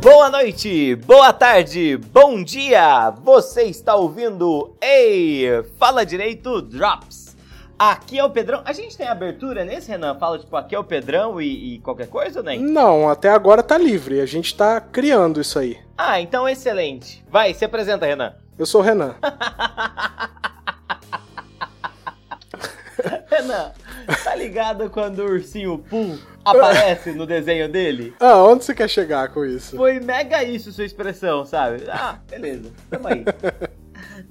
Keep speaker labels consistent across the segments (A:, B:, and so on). A: Boa noite, boa tarde, bom dia! Você está ouvindo Ei, Fala Direito Drops. Aqui é o Pedrão. A gente tem abertura nesse, Renan? Fala tipo, aqui é o Pedrão e, e qualquer coisa né? ou nem?
B: Não, até agora tá livre. A gente tá criando isso aí.
A: Ah, então excelente. Vai, se apresenta, Renan.
B: Eu sou o Renan.
A: Renan, tá ligado quando o ursinho Pooh aparece no desenho dele?
B: Ah, onde você quer chegar com isso?
A: Foi mega isso sua expressão, sabe? Ah, beleza. Tamo aí.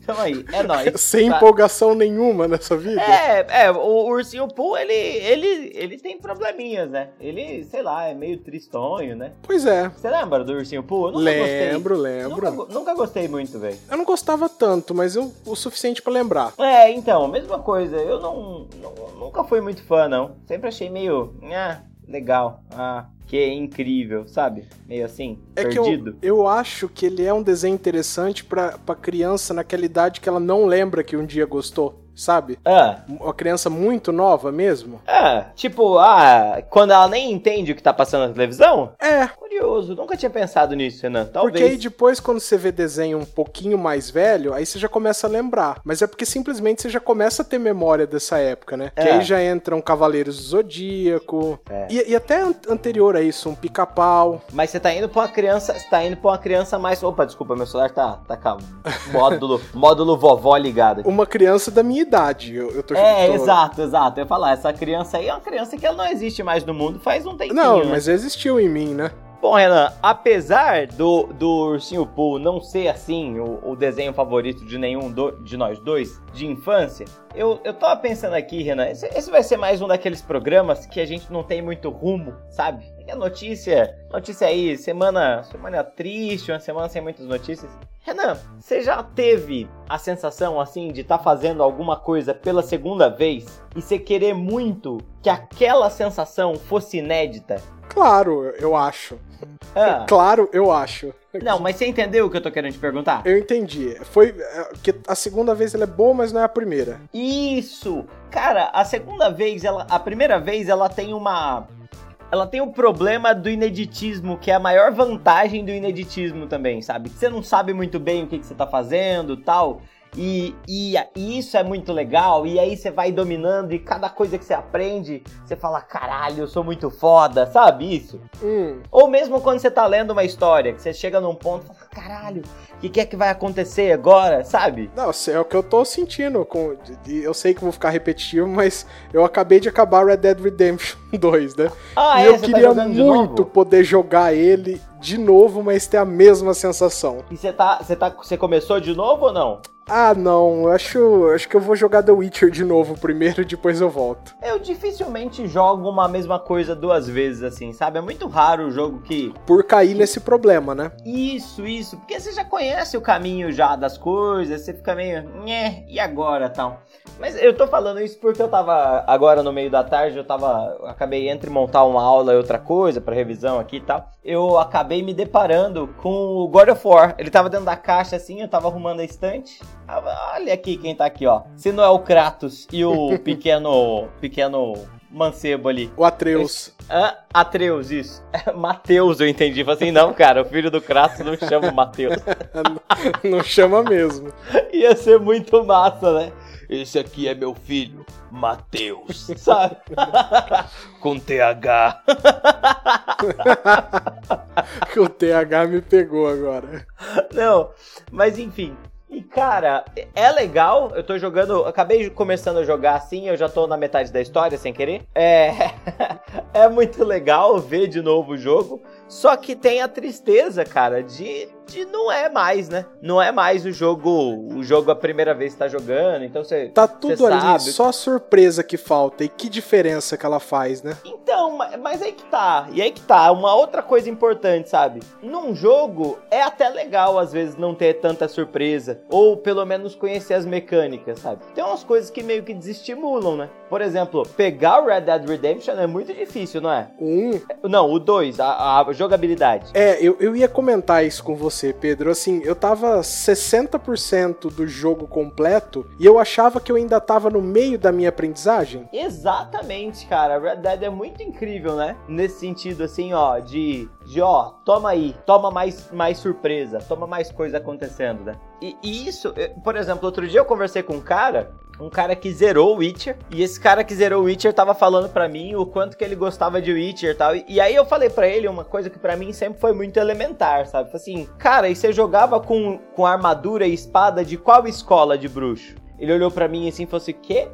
A: Tamo aí. É nóis.
B: Sem
A: tá?
B: empolgação nenhuma nessa vida?
A: É, é, o ursinho Pooh, ele, ele, ele tem probleminhas, né? Ele, sei lá, é meio tristonho, né?
B: Pois é.
A: Você lembra do ursinho Pooh? Eu nunca gostei.
B: Lembro, lembro.
A: Nunca, go- nunca gostei muito, velho.
B: Eu não gostava tanto, mas eu, o suficiente pra lembrar.
A: É, então, mesma coisa. Eu não, não- nunca fui muito fã, não. Sempre achei meio, ah, legal, ah, que incrível, sabe? Meio assim,
B: É
A: perdido.
B: que eu, eu acho que ele é um desenho interessante pra, pra criança naquela idade que ela não lembra que um dia gostou, sabe?
A: Ah,
B: Uma criança muito nova mesmo.
A: ah, tipo, ah, quando ela nem entende o que tá passando na televisão?
B: É,
A: Curioso, nunca tinha pensado nisso, Renan.
B: porque aí
A: Talvez.
B: depois quando você vê desenho um pouquinho mais velho, aí você já começa a lembrar. Mas é porque simplesmente você já começa a ter memória dessa época, né? Que
A: É.
B: aí já entram Cavaleiros do Zodíaco.
A: É.
B: E, e até an- anterior a isso, um pica-pau.
A: Mas você tá indo pra uma criança. Você tá indo pra uma criança mais. Opa, desculpa, meu celular tá, tá com o módulo, módulo vovó ligado. aqui.
B: Uma criança da minha idade. Eu, eu tô
A: É,
B: tô-
A: exato, exato. Eu ia falar, essa criança aí é uma criança que ela não existe mais no mundo faz um tempinho.
B: Não,
A: né?
B: mas existiu em mim, né?
A: Bom, Renan, apesar do, do Ursinho Pooh não ser assim o, o desenho favorito de nenhum do- de nós dois de infância, eu, eu tava pensando aqui, Renan, esse, esse vai ser mais um daqueles programas que a gente não tem muito rumo, sabe? É notícia, notícia aí, semana, semana triste, uma semana sem muitas notícias. Renan, você já teve a sensação assim de estar fazendo alguma coisa pela segunda vez e você querer muito que aquela sensação fosse inédita?
B: Claro, eu acho.
A: Ah.
B: Claro, eu acho.
A: Não, mas você entendeu o que eu tô querendo te perguntar?
B: Eu entendi. Foi é, que a segunda vez ela é boa, mas não é a primeira.
A: Isso! Cara, a segunda vez, ela, a primeira vez, ela tem uma. Ela tem o problema do ineditismo, que é a maior vantagem do ineditismo também, sabe? Você não sabe muito bem o que, que você tá fazendo tal. E, e, e isso é muito legal, e aí você vai dominando, e cada coisa que você aprende, você fala, caralho, eu sou muito foda, sabe isso?
B: Hum,
A: Ou mesmo quando você tá lendo uma história, que você chega num ponto e fala, caralho, o que, que é que vai acontecer agora, sabe?
B: não, se- é o que eu tô sentindo. Com, de- de- eu sei que vou ficar repetitivo, mas eu acabei de acabar Red Dead Redemption 2, né?
A: Ah,
B: e
A: é,
B: eu
A: você tá
B: queria
A: jogando de
B: muito
A: novo?
B: poder jogar ele de novo, mas ter a mesma sensação.
A: E você tá, você tá, você começou de novo ou não?
B: Ah, não, eu acho, eu acho que eu vou jogar The Witcher de novo primeiro e depois eu volto.
A: Eu dificilmente jogo uma mesma coisa duas vezes assim, sabe? É muito raro o jogo que
B: Por cair nesse problema, né?
A: isso, isso, porque você já conhece o caminho já das coisas, você fica meio, né, e agora, tal. Mas eu tô falando isso porque eu tava agora no meio da tarde, eu tava, eu acabei entre montar uma aula e outra coisa pra revisão aqui e tal. Eu acabei me deparando com o God of War. Ele tava dentro da caixa assim, eu tava arrumando a estante. Tava, Olha aqui quem tá aqui, ó. Se não é o Kratos e o pequeno pequeno mancebo ali.
B: O Atreus.
A: Ah, Atreus, isso. É, Mateus, eu entendi. Falei assim, não, cara, o filho do Kratos não chama o Mateus.
B: não chama mesmo.
A: Ia ser muito massa, né? Esse aqui é meu filho, Mateus, sabe? Com TH.
B: que o TH me pegou agora.
A: Não, mas enfim. E cara, é legal. Eu tô jogando. eu Acabei começando a jogar assim, eu já tô na metade da história sem querer. É, é muito legal ver de novo o jogo. Só que tem a tristeza, cara, de, de não é mais, né? Não é mais o jogo, o jogo a primeira vez que tá jogando. Então você
B: Tá tudo
A: Cê
B: ali,
A: sabe.
B: só a surpresa que falta e que diferença que ela faz, né?
A: Então, ma- mas aí que tá. E aí que tá. Uma outra coisa importante, sabe? Num jogo, é até legal, às vezes, não ter tanta surpresa. Ou pelo menos conhecer as mecânicas, sabe? Tem umas coisas que meio que desestimulam, né? Por exemplo, pegar o Red Dead Redemption é muito difícil, não é?
B: Um.
A: Não, o 2, a, a jogabilidade.
B: É, eu, eu ia comentar isso com você, Pedro. Assim, eu tava 60% do jogo completo e eu achava que eu ainda tava no meio da minha aprendizagem.
A: Exatamente, cara. Red Dead é muito incrível, né? Nesse sentido, assim, ó, de, de ó, toma aí, toma mais, mais surpresa, toma mais coisa acontecendo, né? E, e isso, eu- por exemplo, outro dia eu conversei com um cara, um cara que zerou o Witcher, e esse cara que zerou o Witcher tava falando pra mim o quanto que ele gostava de Witcher e tal. E, e aí eu falei pra ele uma coisa que pra mim sempre foi muito elementar, sabe? Falei Assim, cara, e você jogava com, com armadura e espada de qual escola de bruxo? Ele olhou pra mim assim e falou assim: quê?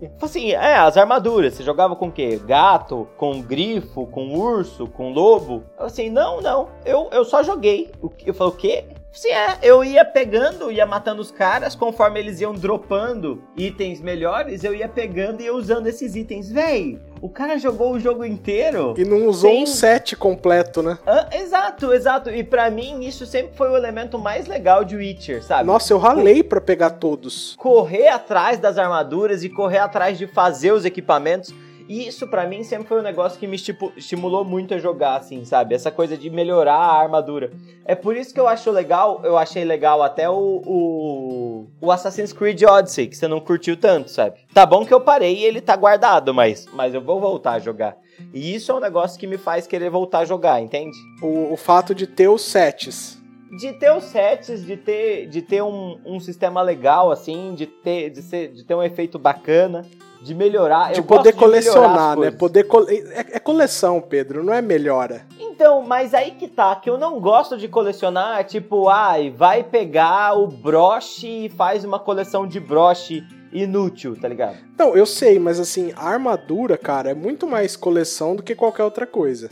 A: Tipo assim, é, as armaduras. Você jogava com o quê? Gato, com grifo, com urso, com lobo? Eu assim, não, não. Eu, eu só joguei. O que- Eu falei, o quê? Assim, é, eu ia pegando, ia matando os caras, conforme eles iam dropando itens melhores, eu ia pegando e ia usando esses itens. Véi, o cara jogou o jogo inteiro.
B: E não usou
A: Sim.
B: um set completo, né?
A: Ah, exato, exato. E pra mim, isso sempre foi o elemento mais legal de Witcher, sabe?
B: Nossa, eu ralei pra pegar todos.
A: correr atrás das armaduras e correr atrás de fazer os equipamentos. E isso pra mim sempre foi um negócio que me estipu- estimulou muito a jogar, assim, sabe? Essa coisa de melhorar a armadura. É por isso que eu acho legal, eu achei legal até o, o, o Assassin's Creed Odyssey, que você não curtiu tanto, sabe? Tá bom que eu parei e ele tá guardado, mas, mas eu vou voltar a jogar. E isso é um negócio que me faz querer voltar a jogar, entende?
B: O, o fato de ter os sets.
A: de ter os sets, de ter, de ter um, um sistema legal, assim, de ter, de, ser, de ter um efeito bacana, de melhorar.
B: De
A: Ah, Eu
B: poder
A: gosto de melhorar as
B: colecionar, né?
A: coisas.
B: Poder cole- é, é coleção, Pedro, não é melhora.
A: Então, mas aí que tá, que eu não gosto de colecionar, tipo, ai, vai pegar o broche e faz uma coleção de broche inútil, tá ligado?
B: Não, eu sei, mas assim, a armadura, cara, é muito mais coleção do que qualquer outra coisa.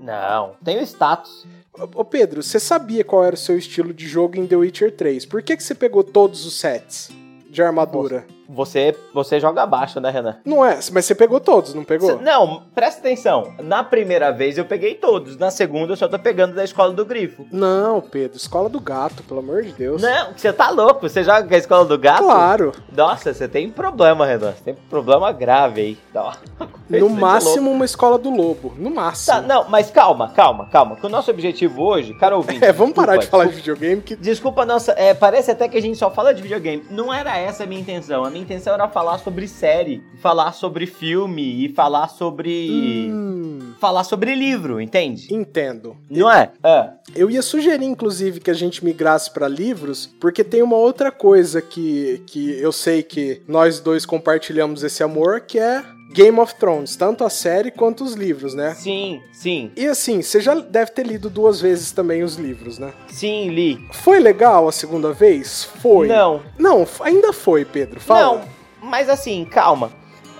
A: Não, tem o status.
B: Ô ô, Pedro, você sabia qual era o seu estilo de jogo em The Witcher 3? Por que, que você pegou todos os sets de armadura?
A: Você, você joga abaixo, né, Renan?
B: Não é, mas você pegou todos, não pegou?
A: Cê- Não, presta atenção. Na primeira vez eu peguei todos, na segunda eu só tô pegando da escola do grifo.
B: Não, Pedro, escola do gato, pelo amor de Deus.
A: Não, você tá louco. Você joga com a escola do gato?
B: Claro,
A: Nossa, você tem problema, Renan. Você tem problema grave aí. Tá. Coisa
B: no
A: de louco.
B: máximo uma escola do lobo, no
A: Tá,
B: máximo.
A: não, mas calma, calma, calma. Que o nosso objetivo hoje, cara ouvinte.
B: É, vamos parar
A: desculpa,
B: de falar de videogame que
A: Desculpa, nossa, é, parece até que a gente só fala de videogame. Não era essa a minha intenção. A minha intenção era falar sobre série, falar sobre filme e falar sobre.
B: Hum,
A: falar sobre livro, entende?
B: entendo.
A: Não é? Ah,
B: Eu ia sugerir, inclusive, que a gente migrasse para livros, porque tem uma outra coisa que, que eu sei que nós dois compartilhamos esse amor, que é Game of Thrones, tanto a série quanto os livros, né?
A: Sim, sim,
B: E assim, você já deve ter lido duas vezes também os livros, né?
A: sim, Li.
B: Foi legal a segunda vez? Foi.
A: Não,
B: Não, f- ainda foi, Pedro. Fala.
A: Não, mas assim, calma.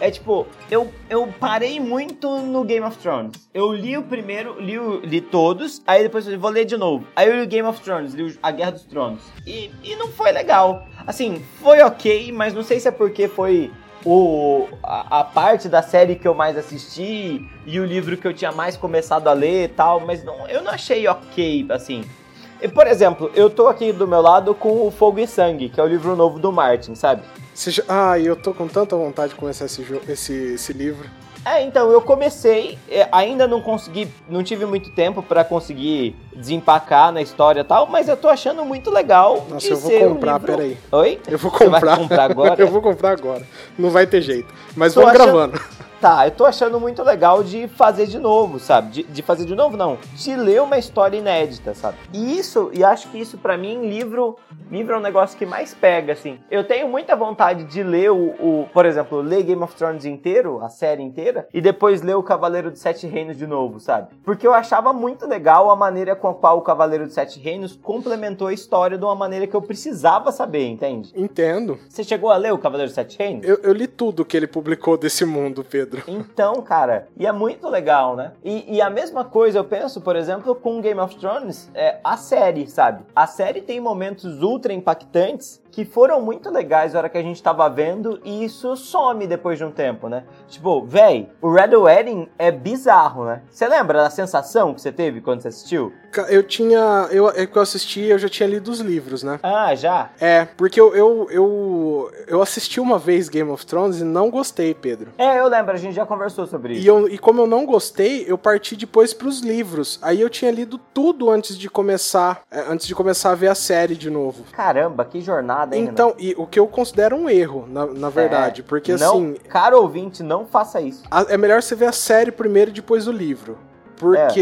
A: É tipo, eu, eu parei muito no Game of Thrones. Eu li o primeiro, li, o- li todos, aí depois eu falei, vou ler de novo. Aí eu li o Game of Thrones, li o- a Guerra dos Tronos. E, e não foi legal. Assim, foi ok, mas não sei se é porque foi o, a, a parte da série que eu mais assisti e o livro que eu tinha mais começado a ler e tal, mas não, eu não achei ok, assim. E, por exemplo, eu tô aqui do meu lado com o Fogo e Sangue, que é o livro novo do Martin, sabe?
B: Você já... Ai, eu tô com tanta vontade de começar esse, jo- esse, esse livro.
A: É, então, eu comecei, é, ainda não consegui, não tive muito tempo pra conseguir desempacar na história e tal, mas eu tô achando muito legal.
B: Nossa,
A: de
B: eu vou
A: ser um
B: comprar,
A: livro-
B: peraí.
A: Oi?
B: Eu vou
A: Você vai
B: comprar.
A: comprar agora?
B: eu vou comprar agora. Não vai ter jeito. Mas
A: Tô
B: vamos
A: achando-
B: gravando.
A: Tá, eu tô achando muito legal de fazer de novo, sabe? De, de fazer de novo, não. De ler uma história inédita, sabe? E isso, e acho que isso pra mim, livro, livro é um negócio que mais pega, assim. Eu tenho muita vontade de ler o, o- por exemplo, ler Game of Thrones inteiro, a série inteira, e depois ler o Cavaleiro dos Sete Reinos de novo, sabe? Porque eu achava muito legal a maneira com a qual o Cavaleiro dos Sete Reinos complementou a história de uma maneira que eu precisava saber, entende?
B: Entendo.
A: Você chegou a ler o Cavaleiro dos Sete Reinos?
B: Eu, eu li tudo que ele publicou desse mundo, Pedro.
A: Então, cara, e é muito legal, né? E, e a mesma coisa eu penso, por exemplo, com Game of Thrones, é, a série, sabe? A série tem momentos ultra impactantes que foram muito legais na hora que a gente tava vendo e isso some depois de um tempo, né? Tipo, véi, o Red Wedding é bizarro, né? Você lembra da sensação que você teve quando você assistiu?
B: Eu tinha. Eu, é que eu assisti, eu já tinha lido os livros, né?
A: Ah, já?
B: É, porque eu, eu, eu, eu assisti uma vez Game of Thrones e não gostei, Pedro.
A: É, eu lembro, a gente já conversou sobre isso.
B: E, eu, e como eu não gostei, eu parti depois pros livros. Aí eu tinha lido tudo antes de começar. é, Antes de começar a ver a série de novo.
A: Caramba, que jornada, hein,
B: Então, e o que eu considero um erro, na, na verdade. Porque
A: Renan? É, não,
B: assim,
A: Caro ouvinte, não faça isso.
B: A- é melhor você ver a série primeiro e depois o livro. Porque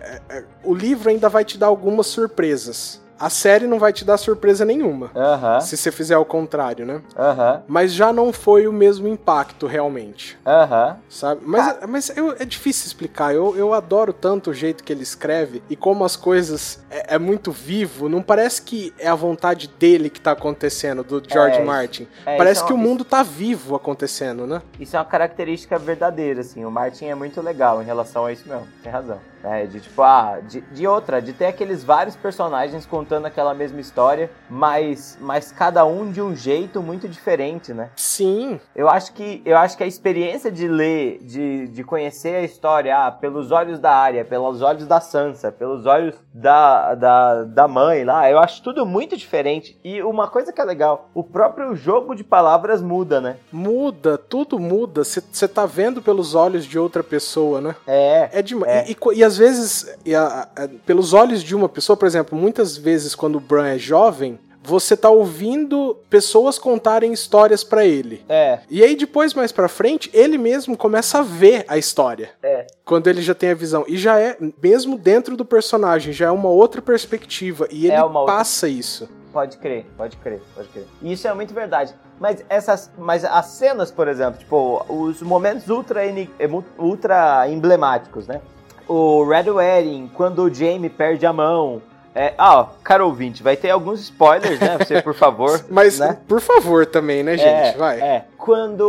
B: é, é, o livro ainda vai te dar algumas surpresas. A série não vai te dar surpresa nenhuma.
A: Aham,
B: Se você fizer ao contrário, né?
A: aham,
B: Mas já não foi o mesmo impacto, realmente.
A: aham.
B: Sabe? Mas,
A: Ah.
B: mas eu- é difícil explicar. Eu, eu adoro tanto o jeito que ele escreve e como as coisas é, é muito vivo. Não parece que é a vontade dele que tá acontecendo, do George
A: É,
B: Martin.
A: é,
B: parece
A: isso é
B: que o
A: uma-
B: mundo tá vivo acontecendo, né?
A: Isso é uma característica verdadeira, assim. O Martin é muito legal em relação a isso mesmo. Tem razão. É, de tipo, ah, de, de outra, de ter aqueles vários personagens contando aquela mesma história, mas, mas cada um de um jeito muito diferente, né?
B: Sim,
A: Eu acho que, eu acho que a experiência de ler, de, de conhecer a história ah, pelos olhos da área, pelos olhos da Sansa, pelos olhos da, da, da mãe lá, eu acho tudo muito diferente. E uma coisa que é legal, o próprio jogo de palavras muda, né?
B: Muda, tudo muda. Você tá vendo pelos olhos de outra pessoa, né?
A: É,
B: É demais.
A: É.
B: E, e co- e às vezes, e a- a- pelos olhos de uma pessoa, por exemplo, muitas vezes quando o Bran é jovem, você tá ouvindo pessoas contarem histórias pra ele.
A: é,
B: E aí depois, mais pra frente, ele mesmo começa a ver a história.
A: É.
B: Quando ele já tem a visão. E já é, mesmo dentro do personagem, já é uma outra perspectiva. E
A: É
B: ele
A: uma outra-
B: passa isso.
A: pode crer, pode crer, pode crer. E isso é muito verdade. Mas essas, mas as cenas, por exemplo, tipo, os momentos ultra, eni- emu- ultra emblemáticos, né? O Red Wedding, quando o Jamie perde a mão. É, ah, ó, cara ouvinte, vai ter alguns spoilers, né? Você, por favor.
B: Mas,
A: né?
B: por favor, também, né, gente?
A: É,
B: Vai.
A: É.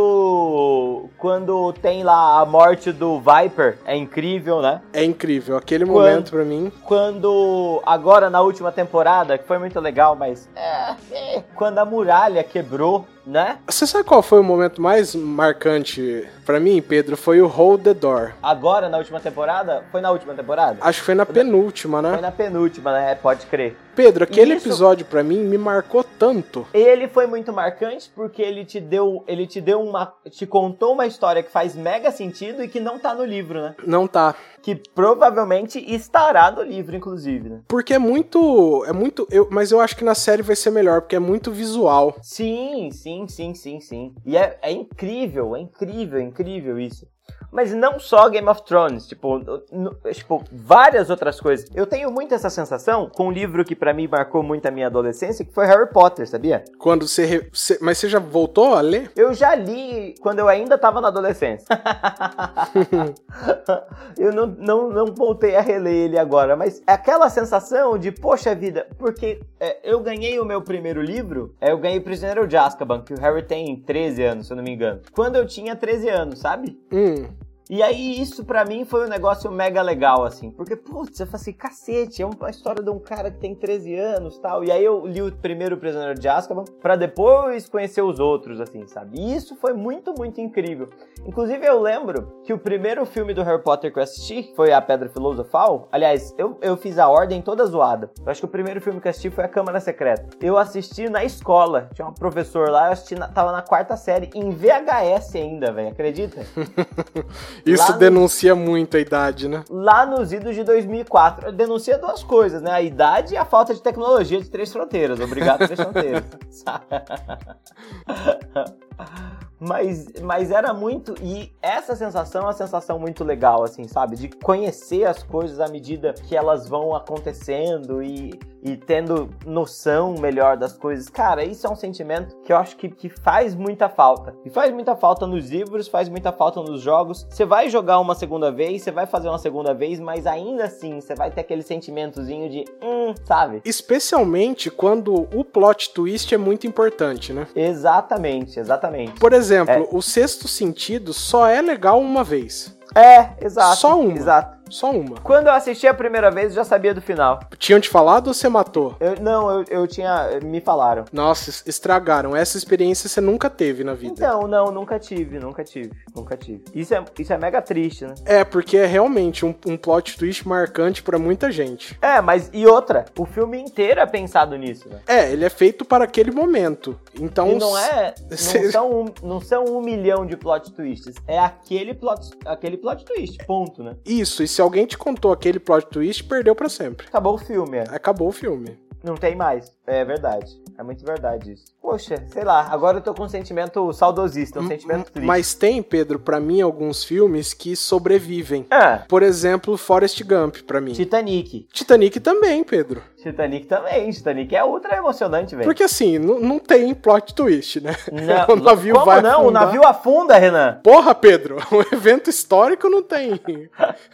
A: Quando, quando tem lá a morte do Viper, é incrível, né?
B: É incrível. Aquele
A: Quando-
B: momento pra mim.
A: Quando, agora na última temporada, que foi muito legal, mas. é, é, quando a muralha quebrou, né?
B: Você sabe qual foi o momento mais marcante pra mim, Pedro? Foi o Hold the Door.
A: Agora na última temporada? Foi na última temporada?
B: Acho que foi na penúltima,
A: Foi
B: né?
A: na penúltima, né? Pode crer.
B: Pedro, aquele
A: Isso.
B: episódio pra mim me marcou tanto.
A: Ele foi muito marcante porque ele te deu, ele te deu uma, te contou uma história que faz mega sentido e que não tá no livro, né?
B: Não tá.
A: Que provavelmente estará no livro, inclusive, né?
B: Porque é muito. É muito. eu- mas eu acho que na série vai ser melhor, porque é muito visual.
A: Sim, sim, sim, sim, sim. E é, é incrível, é incrível, é incrível isso. Mas não só Game of Thrones, tipo, no- no- tipo, várias outras coisas. Eu tenho muito essa sensação com um livro que pra mim marcou muito a minha adolescência, que foi Harry Potter, sabia?
B: Quando você. re- você- mas você já voltou a ler?
A: Eu já li quando eu ainda tava na adolescência. eu não, não, não voltei a reler ele agora, mas é aquela sensação de, poxa vida, porque é, eu ganhei o meu primeiro livro, é, eu ganhei Prisioneiro de Azkaban, que o Harry tem 13 anos, se eu não me engano. Quando eu tinha 13 anos, sabe?
B: Hum.
A: E aí, isso pra mim foi um negócio mega legal, assim. Porque, putz, eu falei assim, cacete, é uma história de um cara que tem 13 anos tal. E aí, eu li o primeiro Prisioneiro de Azkaban pra depois conhecer os outros, assim, sabe? E isso foi muito, muito incrível. Inclusive, eu lembro que o primeiro filme do Harry Potter que eu assisti foi A Pedra Filosofal. Aliás, eu, eu fiz a ordem toda zoada. Eu acho que o primeiro filme que eu assisti foi A Câmara Secreta. Eu assisti na escola. Tinha um professor lá, eu assisti na- tava na quarta série, em VHS ainda, velho. Acredita?
B: Isso
A: Lá no-
B: denuncia muito a idade, né?
A: lá nos idos de 2004. Denuncia duas coisas, né? A idade e a falta de tecnologia de Três Fronteiras. Obrigado, Três Fronteiras. Sabe? Mas, mas era muito. E essa sensação é uma sensação muito legal, assim, sabe? De conhecer as coisas à medida que elas vão acontecendo e, e tendo noção melhor das coisas. Cara, isso é um sentimento que eu acho que, que faz muita falta. E faz muita falta nos livros, faz muita falta nos jogos. Você vai jogar uma segunda vez, você vai fazer uma segunda vez, mas ainda assim você vai ter aquele sentimentozinho de hum, sabe?
B: Especialmente quando o plot twist é muito importante, né?
A: Exatamente, exatamente.
B: Por exemplo, o sexto sentido só é legal uma vez.
A: É, exato.
B: Só um- uma.
A: Exato.
B: Só uma.
A: Quando eu assisti a primeira vez, eu já sabia do final.
B: Tinham te falado ou você matou?
A: Eu- não, eu, eu tinha. Me falaram.
B: Nossa, es- estragaram. Essa experiência você nunca teve na vida.
A: Então, não, nunca tive, nunca tive, nunca tive. Isso é, isso é mega triste, né?
B: É, porque é realmente um, um plot twist marcante pra muita gente.
A: É, mas e outra? O filme inteiro é pensado nisso, né?
B: É, ele é feito para aquele momento. Então.
A: E não é. Não
B: se-
A: são, um, não são um milhão de plot twists. É aquele plot, aquele plot twist. Ponto, né?
B: Isso, e se alguém te contou aquele plot twist, perdeu pra sempre.
A: Acabou o filme, é.
B: Acabou o filme.
A: Não tem mais. É verdade. É muito verdade isso. Poxa, sei lá. Agora eu tô com um sentimento saudosista, um sentimento triste.
B: Hum, Mas tem, Pedro, pra mim alguns filmes que sobrevivem.
A: Ah,
B: Por exemplo, Forrest Gump pra mim.
A: É, Titanic.
B: Titanic também, Pedro.
A: Titanic também. Titanic é ultra emocionante, velho.
B: Porque assim, não não tem plot twist, né?
A: Não,
B: o navio
A: como
B: vai
A: não? O
B: afundar.
A: navio afunda, Renan.
B: Porra, Pedro, um evento histórico não tem.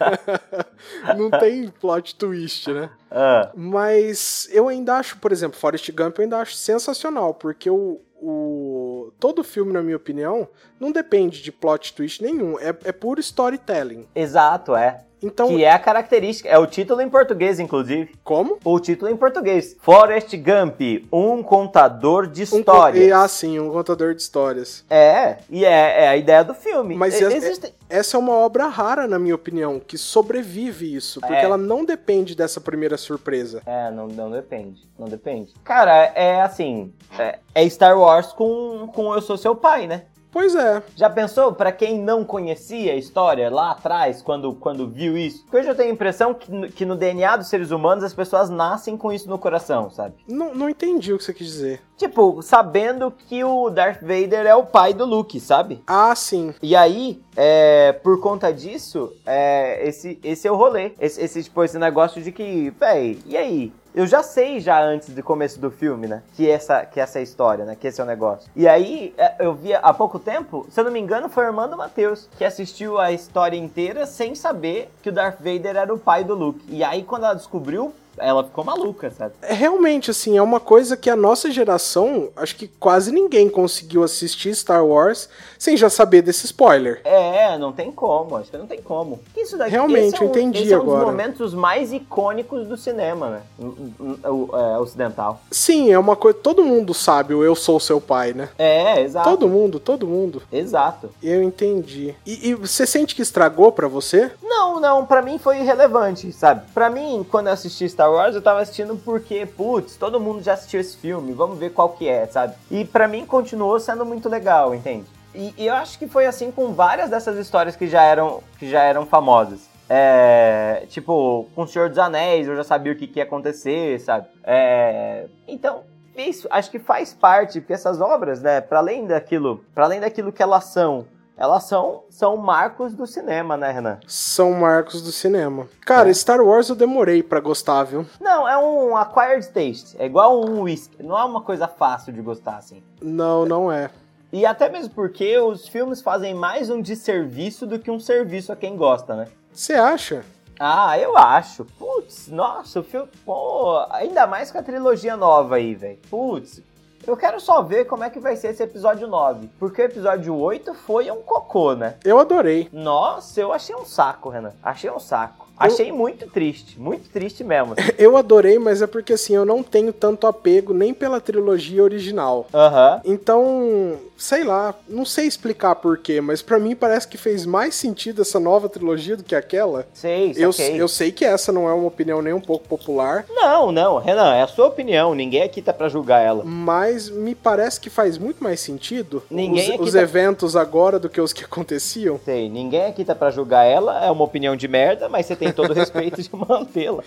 B: não tem plot twist, né?
A: Ah,
B: Mas eu ainda acho, por exemplo, Forrest Gump eu ainda acho sensacional, porque o, o todo filme, na minha opinião, não depende de plot twist nenhum, é, é puro storytelling.
A: exato, é.
B: Então,
A: Que é a característica. É o título em português, inclusive.
B: como?
A: O título em português. Forrest Gump, um contador de
B: Um co-
A: histórias.
B: e, ah, sim, um contador de histórias.
A: É, e é, é a ideia do filme.
B: Mas
A: E-
B: e as-
A: existem-
B: Essa é uma obra rara, na minha opinião, que sobrevive isso, porque
A: É.
B: ela não depende dessa primeira surpresa.
A: É, não, não depende. Não depende. Cara, é assim. É, é Star Wars com, com Eu Sou Seu Pai, né?
B: Pois é,
A: Já pensou, pra quem não conhecia a história lá atrás, quando, quando viu isso? Porque hoje eu tenho a impressão que, no- que no DNA dos seres humanos as pessoas nascem com isso no coração, sabe?
B: não, não entendi o que você quis dizer.
A: Tipo, sabendo que o Darth Vader é o pai do Luke, sabe?
B: Ah, sim.
A: E aí, é, por conta disso, é, esse, esse é o rolê. Esse, esse, tipo, esse negócio de que, véi, e aí? Eu já sei já antes do começo do filme, né? Que essa, que essa é a história, né? Que esse é o negócio. E aí, é, eu vi há pouco tempo, se eu não me engano, foi o Armando Matheus, que assistiu a história inteira sem saber que o Darth Vader era o pai do Luke. E aí, quando ela descobriu, ela ficou maluca, sabe?
B: É, Realmente, assim, é uma coisa que a nossa geração, acho que quase ninguém conseguiu assistir Star Wars sem já saber desse spoiler.
A: É, não tem como, acho que não tem como. Isso daqui,
B: Realmente,
A: esse é um,
B: eu entendi
A: esse é um
B: agora.
A: dos momentos mais icônicos do cinema, né? O- o- o- é, ocidental.
B: Sim, é uma coisa. Todo mundo sabe o Eu Sou Seu Pai, né?
A: É, exato.
B: Todo mundo, todo mundo.
A: Exato.
B: Eu entendi. E, e você sente que estragou pra você?
A: Não, não, pra mim foi irrelevante, sabe? Pra mim, quando eu assisti Star Wars, eu tava assistindo porque, putz, todo mundo já assistiu esse filme, vamos ver qual que é, sabe? E pra mim continuou sendo muito legal, entende? E, e eu acho que foi assim com várias dessas histórias que já eram, que já eram famosas. É, tipo, com o Senhor dos Anéis, eu já sabia o que, que ia acontecer, sabe? É, então, isso acho que faz parte, porque essas obras, né, para além daquilo, para além daquilo que elas são, elas são, são marcos do cinema, né, Renan?
B: São Marcos do cinema. Cara,
A: É.
B: Star Wars eu demorei pra gostar, viu?
A: Não, é um acquired taste. É igual um whisky. Não é uma coisa fácil de gostar, assim.
B: Não, não é.
A: E até mesmo porque os filmes fazem mais um desserviço do que um serviço a quem gosta, né?
B: Você acha?
A: Ah, eu acho. Putz, nossa, o filme. Pô, ainda mais com a trilogia nova aí, velho. Putz, eu quero só ver como é que vai ser esse episódio 9. Porque o episódio 8 foi um cocô, né?
B: Eu adorei.
A: Nossa, eu achei um saco, Renan. Achei um saco. Achei muito triste. Muito triste mesmo. assim.
B: Eu adorei, mas é porque assim, eu não tenho tanto apego nem pela trilogia original.
A: Aham.
B: Então, sei lá, não sei explicar porquê, mas pra mim parece que fez mais sentido essa nova trilogia do que aquela.
A: Sei,
B: Eu,
A: saquei.
B: eu sei que essa não é uma opinião nem um pouco popular,
A: Não, não, Renan, é a sua opinião. Ninguém aqui tá pra julgar ela.
B: mas me parece que faz muito mais sentido
A: Ninguém
B: os,
A: aqui
B: os
A: tá-
B: eventos agora do que os que aconteciam.
A: Sei, ninguém aqui tá pra julgar ela. É uma opinião de merda, mas você tem todo o respeito de mantê-la.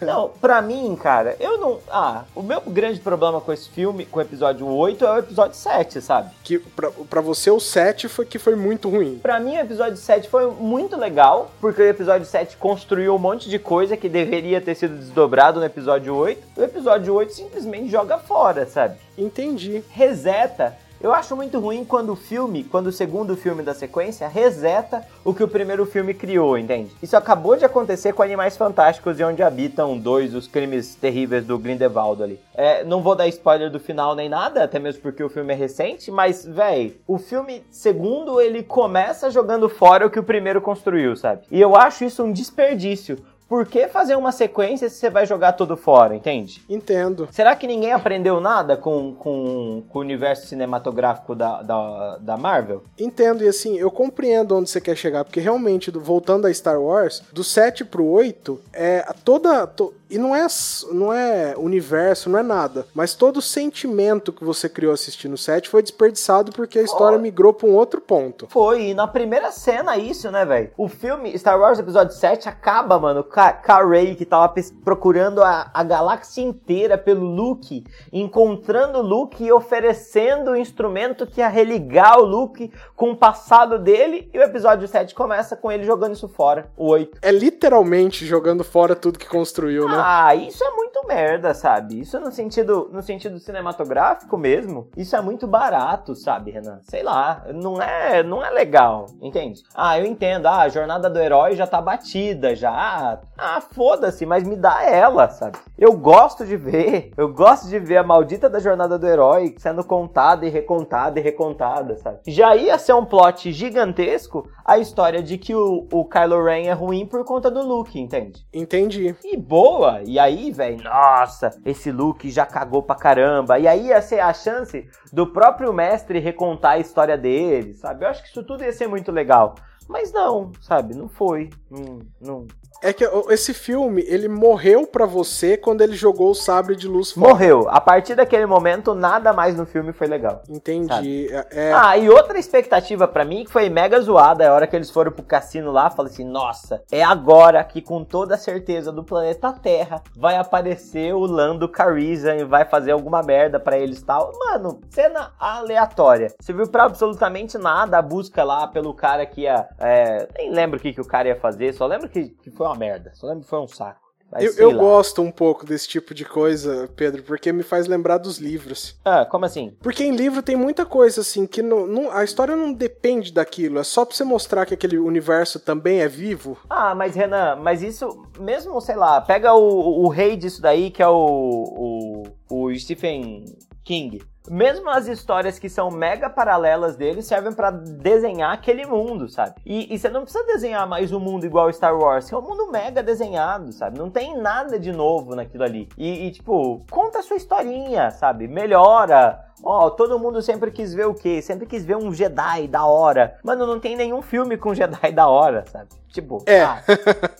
A: Não, pra mim, cara, eu não. Ah, o meu grande problema com esse filme, com o episódio 8, é o episódio 7, sabe?
B: Que pra, pra você o 7 foi que foi muito ruim.
A: Pra mim, o episódio 7 foi muito legal, porque o episódio 7 construiu um monte de coisa que deveria ter sido desdobrado no episódio 8. O episódio 8 simplesmente joga fora, sabe?
B: Entendi.
A: reseta Eu acho muito ruim quando o filme, quando o segundo filme da sequência, reseta o que o primeiro filme criou, entende? Isso acabou de acontecer com Animais Fantásticos e Onde Habitam dois os crimes terríveis do Grindelwald ali. É, não vou dar spoiler do final nem nada, até mesmo porque o filme é recente, mas, véi, o filme segundo, ele começa jogando fora o que o primeiro construiu, sabe? E eu acho isso um desperdício, por que fazer uma sequência se você vai jogar tudo fora, entende?
B: Entendo.
A: Será que ninguém aprendeu nada com, com, com o universo cinematográfico da, da, da, Marvel?
B: Entendo, e assim, eu compreendo onde você quer chegar, porque realmente, voltando a Star Wars, do 7 pro 8, é toda. To, e não é, não é universo, não é nada, mas todo o sentimento que você criou assistindo o 7 foi desperdiçado porque a história oh. migrou pra um outro ponto.
A: Foi, e na primeira cena isso, né, velho? O filme Star Wars Episódio 7 acaba, mano, Carrey, que tava procurando a, a, galáxia inteira pelo Luke, encontrando o Luke e oferecendo o um instrumento que ia religar o Luke com o passado dele, e o episódio 7 começa com ele jogando isso fora, o 8.
B: É literalmente jogando fora tudo que construiu, né?
A: Ah, isso é muito merda, sabe? Isso no sentido, no sentido cinematográfico mesmo, isso é muito barato, sabe, Renan? Sei lá, não é, não é legal, entende? Ah, eu entendo, ah, a jornada do herói já tá batida, já, ah, foda-se, mas me dá ela, sabe? Eu gosto de ver, eu gosto de ver a maldita da jornada do herói sendo contada e recontada e recontada, sabe? Já ia ser um plot gigantesco a história de que o, o Kylo Ren é ruim por conta do Luke, entende?
B: Entendi.
A: E boa, e aí, velho, nossa, esse Luke já cagou pra caramba. E aí ia ser a chance do próprio mestre recontar a história dele, sabe? Eu acho que isso tudo ia ser muito legal. Mas não, sabe? Não foi. Não, não,
B: é que esse filme, ele morreu para você quando ele jogou o sabre de luz
A: fora. Morreu. A partir daquele momento, nada mais no filme foi legal.
B: Entendi.
A: É... Ah, e outra expectativa para mim, que foi mega zoada, a hora que eles foram pro cassino lá, falei assim, nossa, é agora que com toda certeza do planeta Terra vai aparecer o Lando Cariza e vai fazer alguma merda para eles tal. Mano, cena aleatória. Você viu pra absolutamente nada a busca lá pelo cara que ia... É... nem lembro o que, que o cara ia fazer, só lembro que, que foi uma merda. Só lembro que foi um saco.
B: Mas, eu, eu gosto um pouco desse tipo de coisa, Pedro, porque me faz lembrar dos livros.
A: Ah, como assim?
B: Porque em livro tem muita coisa, assim, que não, não, a história não depende daquilo. É só pra você mostrar que aquele universo também é vivo.
A: Ah, mas Renan, mas isso, mesmo, sei lá, pega o, o rei disso daí, que é o, o, o Stephen King mesmo as histórias que são mega paralelas dele servem para desenhar aquele mundo, sabe? E, e, você não precisa desenhar mais um mundo igual Star Wars, é um mundo mega desenhado, sabe? Não tem nada de novo naquilo ali. E, e tipo, conta a sua historinha, sabe? Melhora. Ó, oh, todo mundo sempre quis ver o quê? Sempre quis ver um Jedi da hora. Mano, não tem nenhum filme com Jedi da hora, sabe? Tipo,
B: é.
A: Ah,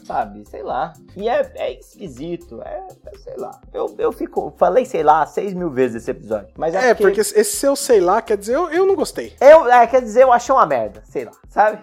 A: sabe, sei lá. E é, é esquisito, é, é, sei lá. Eu, eu fico, falei, sei lá, seis mil vezes esse episódio. Mas
B: é, porque... porque esse seu sei lá quer dizer eu, eu não gostei.
A: Eu, é, quer dizer eu achei uma merda, sei lá, sabe?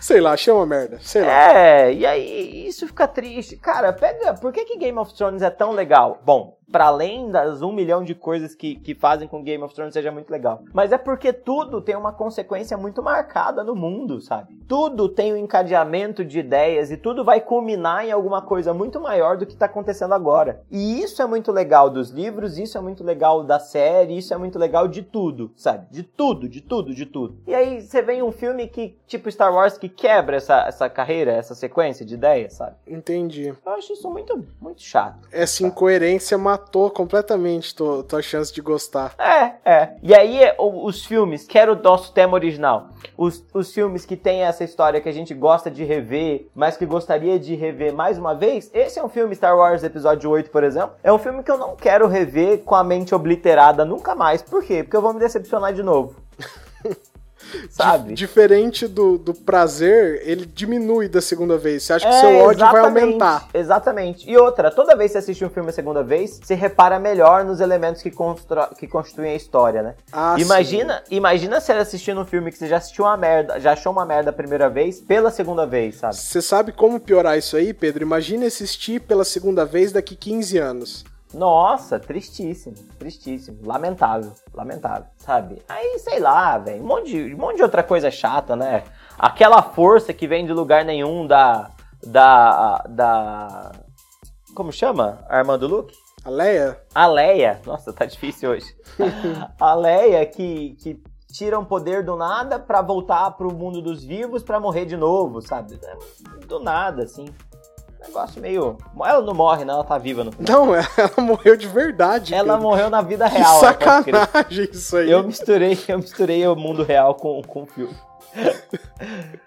B: sei lá, achei uma merda, sei lá.
A: É, e aí isso fica triste. Cara, pega, por que que Game of Thrones é tão legal? Bom, para além das um milhão de coisas que, que fazem com Game of Thrones seja muito legal. Mas é porque tudo tem uma consequência muito marcada no mundo, sabe? Tudo tem um encadeamento de ideias e tudo vai culminar em alguma coisa muito maior do que tá acontecendo agora. E isso é muito legal dos livros, isso é muito legal da série, isso é muito legal de tudo, sabe? De tudo, de tudo, de tudo. E aí você vem um filme que, tipo Star Wars, que quebra essa, essa carreira, essa sequência de ideias, sabe?
B: Entendi.
A: Eu acho isso muito, muito chato.
B: Essa sabe? incoerência matou matou completamente tua, tua chance de gostar.
A: É, é. E aí, os filmes, que era o nosso tema original, os, os filmes que tem essa história que a gente gosta de rever, mas que gostaria de rever mais uma vez, esse é um filme, Star Wars Episódio 8, por exemplo, é um filme que eu não quero rever com a mente obliterada nunca mais. Por quê? Porque eu vou me decepcionar de novo. sabe?
B: Diferente do, do prazer, ele diminui da segunda vez. Você acha é, que seu ódio vai aumentar.
A: Exatamente. E outra, toda vez que você assiste um filme a segunda vez, você repara melhor nos elementos que, constro... que constituem a história, né?
B: Ah,
A: imagina, sim. imagina você assistindo um filme que você já assistiu uma merda, já achou uma merda a primeira vez, pela segunda vez, sabe?
B: Você sabe como piorar isso aí, Pedro? Imagina assistir pela segunda vez daqui 15 anos.
A: Nossa, tristíssimo, tristíssimo, lamentável, lamentável, sabe? Aí, sei lá, velho, um, monte de, um monte de outra coisa chata, né? Aquela força que vem de lugar nenhum da. da. da. Como chama? Armando Luke?
B: A Leia?
A: A Leia, nossa, tá difícil hoje. a Leia que, que tiram poder do nada para voltar pro mundo dos vivos para morrer de novo, sabe? Do nada, assim. Negócio meio. Ela não morre, né? Ela tá viva no final.
B: Não, ela morreu de verdade.
A: Ela
B: cara.
A: morreu na vida
B: Que
A: real. é eu posso crer.
B: sacanagem isso aí.
A: Eu misturei, eu misturei o mundo real com, com o filme.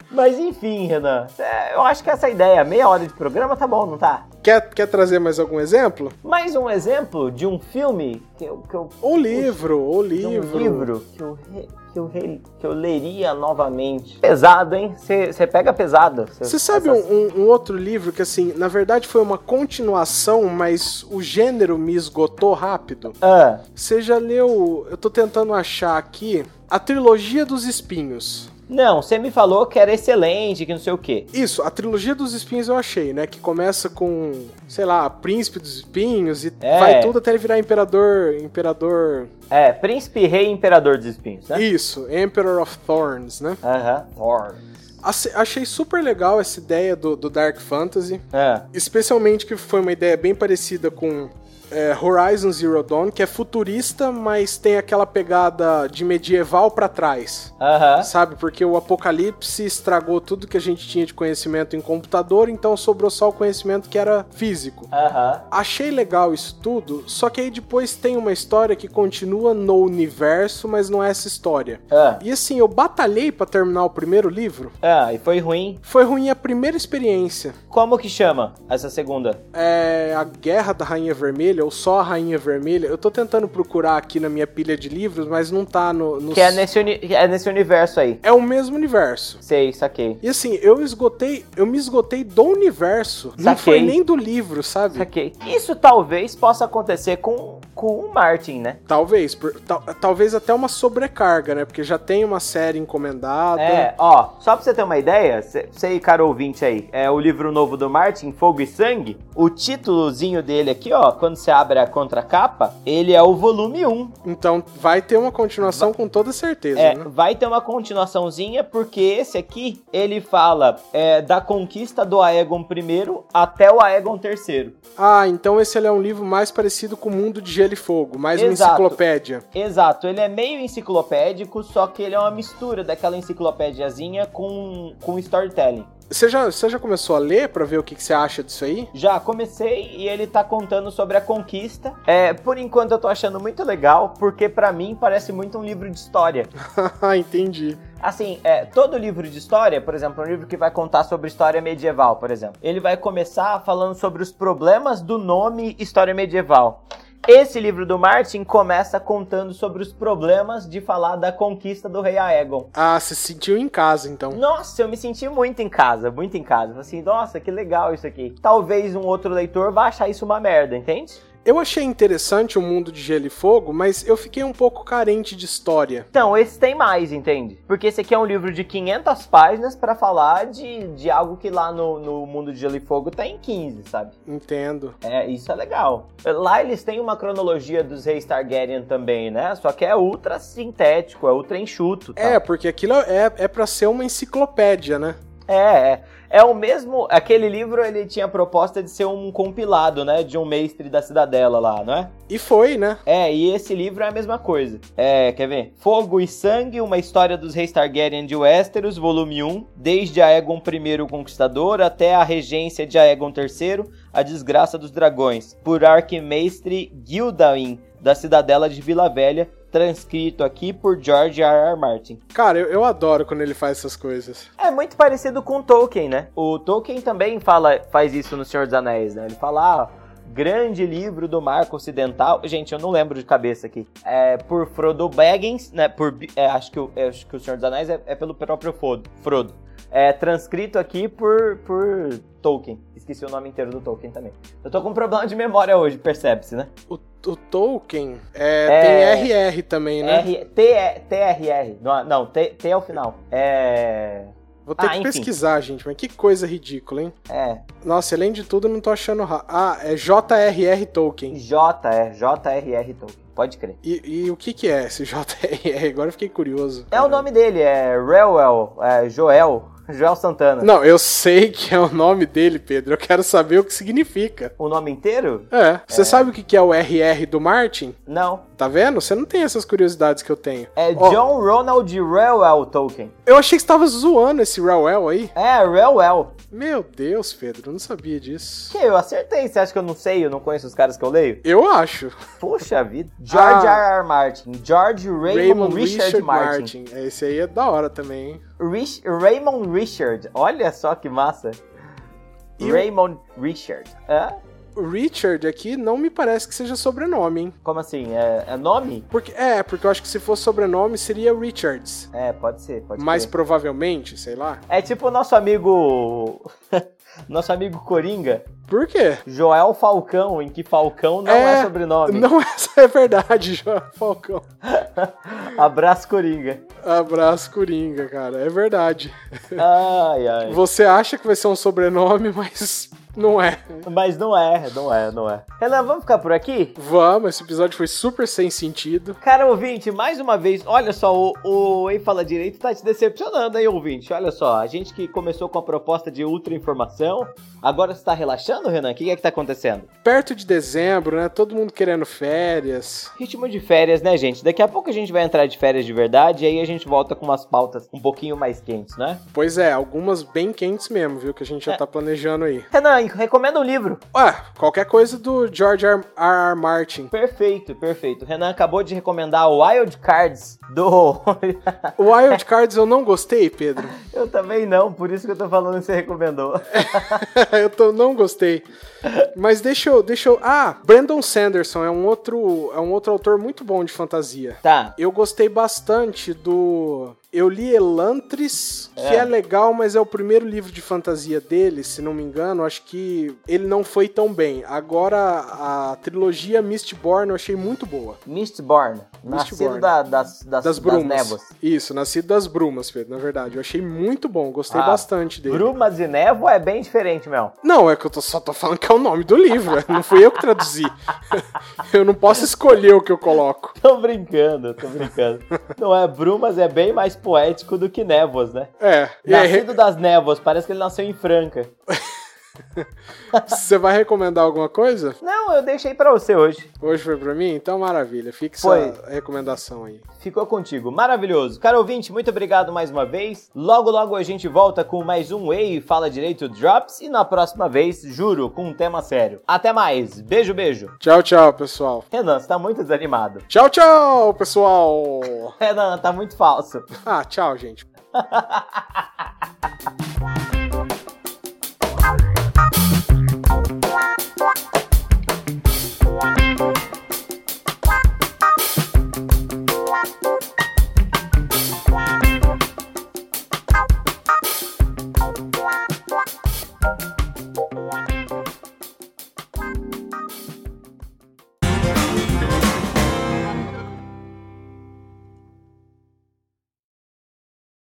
A: Mas enfim, Renan, é, eu acho que essa ideia, meia hora de programa, tá bom, não tá?
B: Quer, quer trazer mais algum exemplo?
A: Mais um exemplo de um filme que eu. Que eu
B: Ou Um livro, ou
A: de um
B: livro.
A: livro que eu, re- que, eu re- que eu leria novamente. Pesado, hein? Você pega pesado. Cê-
B: Você sabe
A: essas-
B: um, um- um outro livro que, assim, na verdade foi uma continuação, mas o gênero me esgotou rápido?
A: Ah,
B: Você já leu. Eu tô tentando achar aqui. A trilogia dos espinhos.
A: não, você me falou que era excelente, que não sei o quê.
B: Isso, a trilogia dos espinhos eu achei, né? Que começa com, sei lá, príncipe dos espinhos e
A: É.
B: vai tudo até ele virar imperador. Imperador.
A: É, Príncipe Rei e Imperador dos Espinhos, né?
B: Isso, Emperor of Thorns, né?
A: Aham, Thor.
B: Ace- Achei super legal essa ideia do, do Dark Fantasy.
A: Ah,
B: Especialmente que foi uma ideia bem parecida com é, Horizon Zero Dawn, que é futurista, mas tem aquela pegada de medieval pra trás.
A: Aham.
B: Sabe? Porque o apocalipse estragou tudo que a gente tinha de conhecimento em computador, então sobrou só o conhecimento que era físico.
A: Aham.
B: Achei legal isso tudo, só que aí depois tem uma história que continua no universo, mas não é essa história.
A: Ah,
B: E assim, eu batalhei pra terminar o primeiro livro.
A: ah, e foi ruim.
B: Foi ruim a primeira experiência.
A: Como que chama essa segunda?
B: É a Guerra da Rainha Vermelha, ou só a Rainha Vermelha. Eu tô tentando procurar aqui na minha pilha de livros, mas não tá no. nos-
A: Que é nesse, uni- que é nesse universo aí.
B: É o mesmo universo.
A: Sei, saquei.
B: E assim, eu esgotei, eu me esgotei do universo. Não
A: Saquei.
B: foi nem do livro, sabe?
A: Saquei. Isso talvez possa acontecer com, com o Martin, né?
B: Talvez, por- tal- talvez até uma sobrecarga, né? Porque já tem uma série encomendada.
A: É, ó, só pra você ter uma ideia, cê- você e caro ouvinte aí, é o livro novo do Martin, Fogo e Sangue, o títulozinho dele aqui, ó, quando você abre a contracapa, ele é o volume 1.
B: Então vai ter uma continuação com toda certeza,
A: É,
B: né?
A: vai ter uma continuaçãozinha, porque esse aqui, ele fala é, da conquista do Aegon I até o Aegon III.
B: Ah, então esse ele é um livro mais parecido com o Mundo de Gelo e Fogo, mais
A: Exato.
B: uma enciclopédia.
A: Exato, ele é meio enciclopédico, só que ele é uma mistura daquela enciclopédiazinha com, com storytelling.
B: Você já, você já começou a ler pra ver o que, que você acha disso aí?
A: Já comecei e ele tá contando sobre a conquista. É, por enquanto eu tô achando muito legal, porque pra mim parece muito um livro de história.
B: Ah, entendi.
A: Assim, é, todo livro de história, por exemplo, um livro que vai contar sobre história medieval, por exemplo, ele vai começar falando sobre os problemas do nome história medieval. Esse livro do Martin começa contando sobre os problemas de falar da conquista do rei Aegon.
B: Ah, se sentiu em casa então.
A: Nossa, eu me senti muito em casa, muito em casa. Falei Assim, nossa, que legal isso aqui. Talvez um outro leitor vá achar isso uma merda, entende?
B: Eu achei interessante o Mundo de Gelo e Fogo, mas eu fiquei um pouco carente de história.
A: Então, esse tem mais, entende? Porque esse aqui é um livro de 500 páginas pra falar de, de algo que lá no, no Mundo de Gelo e Fogo tá em 15, sabe?
B: Entendo.
A: É, isso é legal. Lá eles têm uma cronologia dos reis Targaryen também, né? Só que é ultra sintético, é ultra enxuto. Tá?
B: É, porque aquilo é, é para ser uma enciclopédia, né?
A: É, é. É o mesmo. Aquele livro ele tinha a proposta de ser um compilado, né? De um mestre da cidadela lá, não é?
B: E foi, né?
A: É, e esse livro é a mesma coisa. É, quer ver? Fogo e Sangue, uma história dos reis Targaryen de Westeros, volume 1, desde Aegon I o Conquistador até a regência de Aegon III, a desgraça dos dragões, por arquimestre Gildain, da cidadela de Vila Velha, transcrito aqui por George R. R. Martin.
B: Cara, eu, eu adoro quando ele faz essas coisas.
A: É muito parecido com o Tolkien, né? O Tolkien também fala, faz isso no Senhor dos Anéis, né? Ele fala, ah, grande livro do Marco Ocidental. Gente, eu não lembro de cabeça aqui. É por Frodo Baggins, né? Por, Bi- é, acho, que o, é, acho que o Senhor dos Anéis é, é pelo próprio Frodo. Frodo. É transcrito aqui por, por Tolkien. Esqueci o nome inteiro do Tolkien também. Eu tô com um problema de memória hoje, percebe-se, né?
B: O, o Tolkien é,
A: É.
B: tem RR também, né?
A: R, T, é- TRR. Não, não T, T é o final. É.
B: Vou ter
A: Ah,
B: que
A: enfim.
B: pesquisar, gente, mas que coisa ridícula, hein?
A: É.
B: Nossa, além de tudo, eu não tô achando. ra- Ah, é JRR Tolkien.
A: J, é. JRR Tolkien. Pode crer.
B: E, e o que que é esse JRR? Agora eu fiquei curioso.
A: É o nome dele, é Reuel, é Joel. Joel Santana.
B: Não, eu sei que é o nome dele, Pedro. Eu quero saber o que significa.
A: O nome inteiro?
B: É. Você sabe o que que é o RR do Martin?
A: Não.
B: Tá vendo? Você não tem essas curiosidades que eu tenho.
A: É
B: Ó,
A: John Ronald Rowell Tolkien.
B: Eu achei que você tava zoando esse Rawel aí.
A: É, Rowell.
B: Meu Deus, Pedro, eu não sabia disso.
A: Que eu acertei. Você acha que eu não sei? Eu não conheço os caras que eu leio?
B: Eu acho.
A: Poxa vida. George
B: Ah.
A: R. R. Martin. George Raymond, Richard, Martin.
B: É, Esse aí é da hora também, hein?
A: Rich- Raymond Richard. Olha só que massa.
B: E o-
A: Raymond Richard. Hã?
B: O Richard aqui não me parece que seja sobrenome, hein?
A: Como assim? É, é nome?
B: Porque, é, porque eu acho que se fosse sobrenome seria Richards.
A: É, pode ser, pode
B: Mais
A: ser.
B: provavelmente, sei lá.
A: É tipo o nosso amigo. nosso amigo Coringa,
B: Por quê?
A: Joel Falcão, em que Falcão não é,
B: É,
A: sobrenome.
B: Não, essa é verdade, João Falcão.
A: Abraço Coringa.
B: Abraço, Coringa, cara. É verdade.
A: Ai, ai.
B: Você acha que vai ser um sobrenome, mas não é.
A: Mas não é, não é, não é. Renan, vamos ficar por aqui?
B: Vamos, esse episódio foi super sem sentido.
A: Cara, ouvinte, mais uma vez, olha só, o, o Ei Fala Direito tá te decepcionando, hein, ouvinte? Olha só, a gente que começou com a proposta de ultra informação, agora você tá relaxando, Renan? O que é que tá acontecendo?
B: Perto de dezembro, né? Todo mundo querendo férias.
A: Ritmo de férias, né, gente? Daqui a pouco a gente vai entrar de férias de verdade e aí a gente volta com umas pautas um pouquinho mais quentes, né?
B: Pois é, algumas bem quentes mesmo, viu? Que a gente já tá planejando aí.
A: Renan, recomenda um livro.
B: Ah, qualquer coisa do George R. R. Martin.
A: Perfeito, perfeito. Renan acabou de recomendar Wild Cards do.
B: O Wild Cards eu não gostei, Pedro.
A: eu também não, por isso que eu tô falando que você recomendou.
B: eu tô- não gostei. Mas deixa eu, deixa eu. Ah, Brandon Sanderson é um outro, é um outro autor muito bom de fantasia.
A: tá.
B: Eu gostei bastante do. Eu li Elantris, que
A: É.
B: é. legal, mas é o primeiro livro de fantasia dele, se não me engano. Acho que ele não foi tão bem. Agora, a trilogia Mistborn eu achei muito boa.
A: Mistborn. Nascido
B: Mistborn.
A: da- das, das,
B: Das
A: das
B: Brumas.
A: névoas.
B: Isso, Nascido das Brumas, Pedro, na verdade. Eu achei muito bom, gostei
A: Ah,
B: bastante dele.
A: Brumas e névoa é bem diferente, meu.
B: Não, é que eu tô- só tô falando que é o nome do livro, não fui eu que traduzi. eu não posso escolher o que eu coloco.
A: Tô brincando, tô brincando. Não é Brumas, é bem mais poético do que névoas, né?
B: É, e aí,
A: Nascido das névoas, parece que ele nasceu em Franca.
B: você vai recomendar alguma coisa?
A: Não, eu deixei pra você hoje.
B: Hoje foi pra mim? Então maravilha, fica essa
A: Foi.
B: recomendação aí.
A: Ficou contigo. Maravilhoso. Cara ouvinte, muito obrigado mais uma vez. Logo, logo a gente volta com mais um Way Fala Direito Drops e na próxima vez, juro, com um tema sério. Até mais. Beijo, beijo.
B: Tchau, tchau, pessoal.
A: Renan, você tá muito desanimado.
B: Tchau, tchau, pessoal.
A: Renan, tá muito falso.
B: Ah, tchau, gente.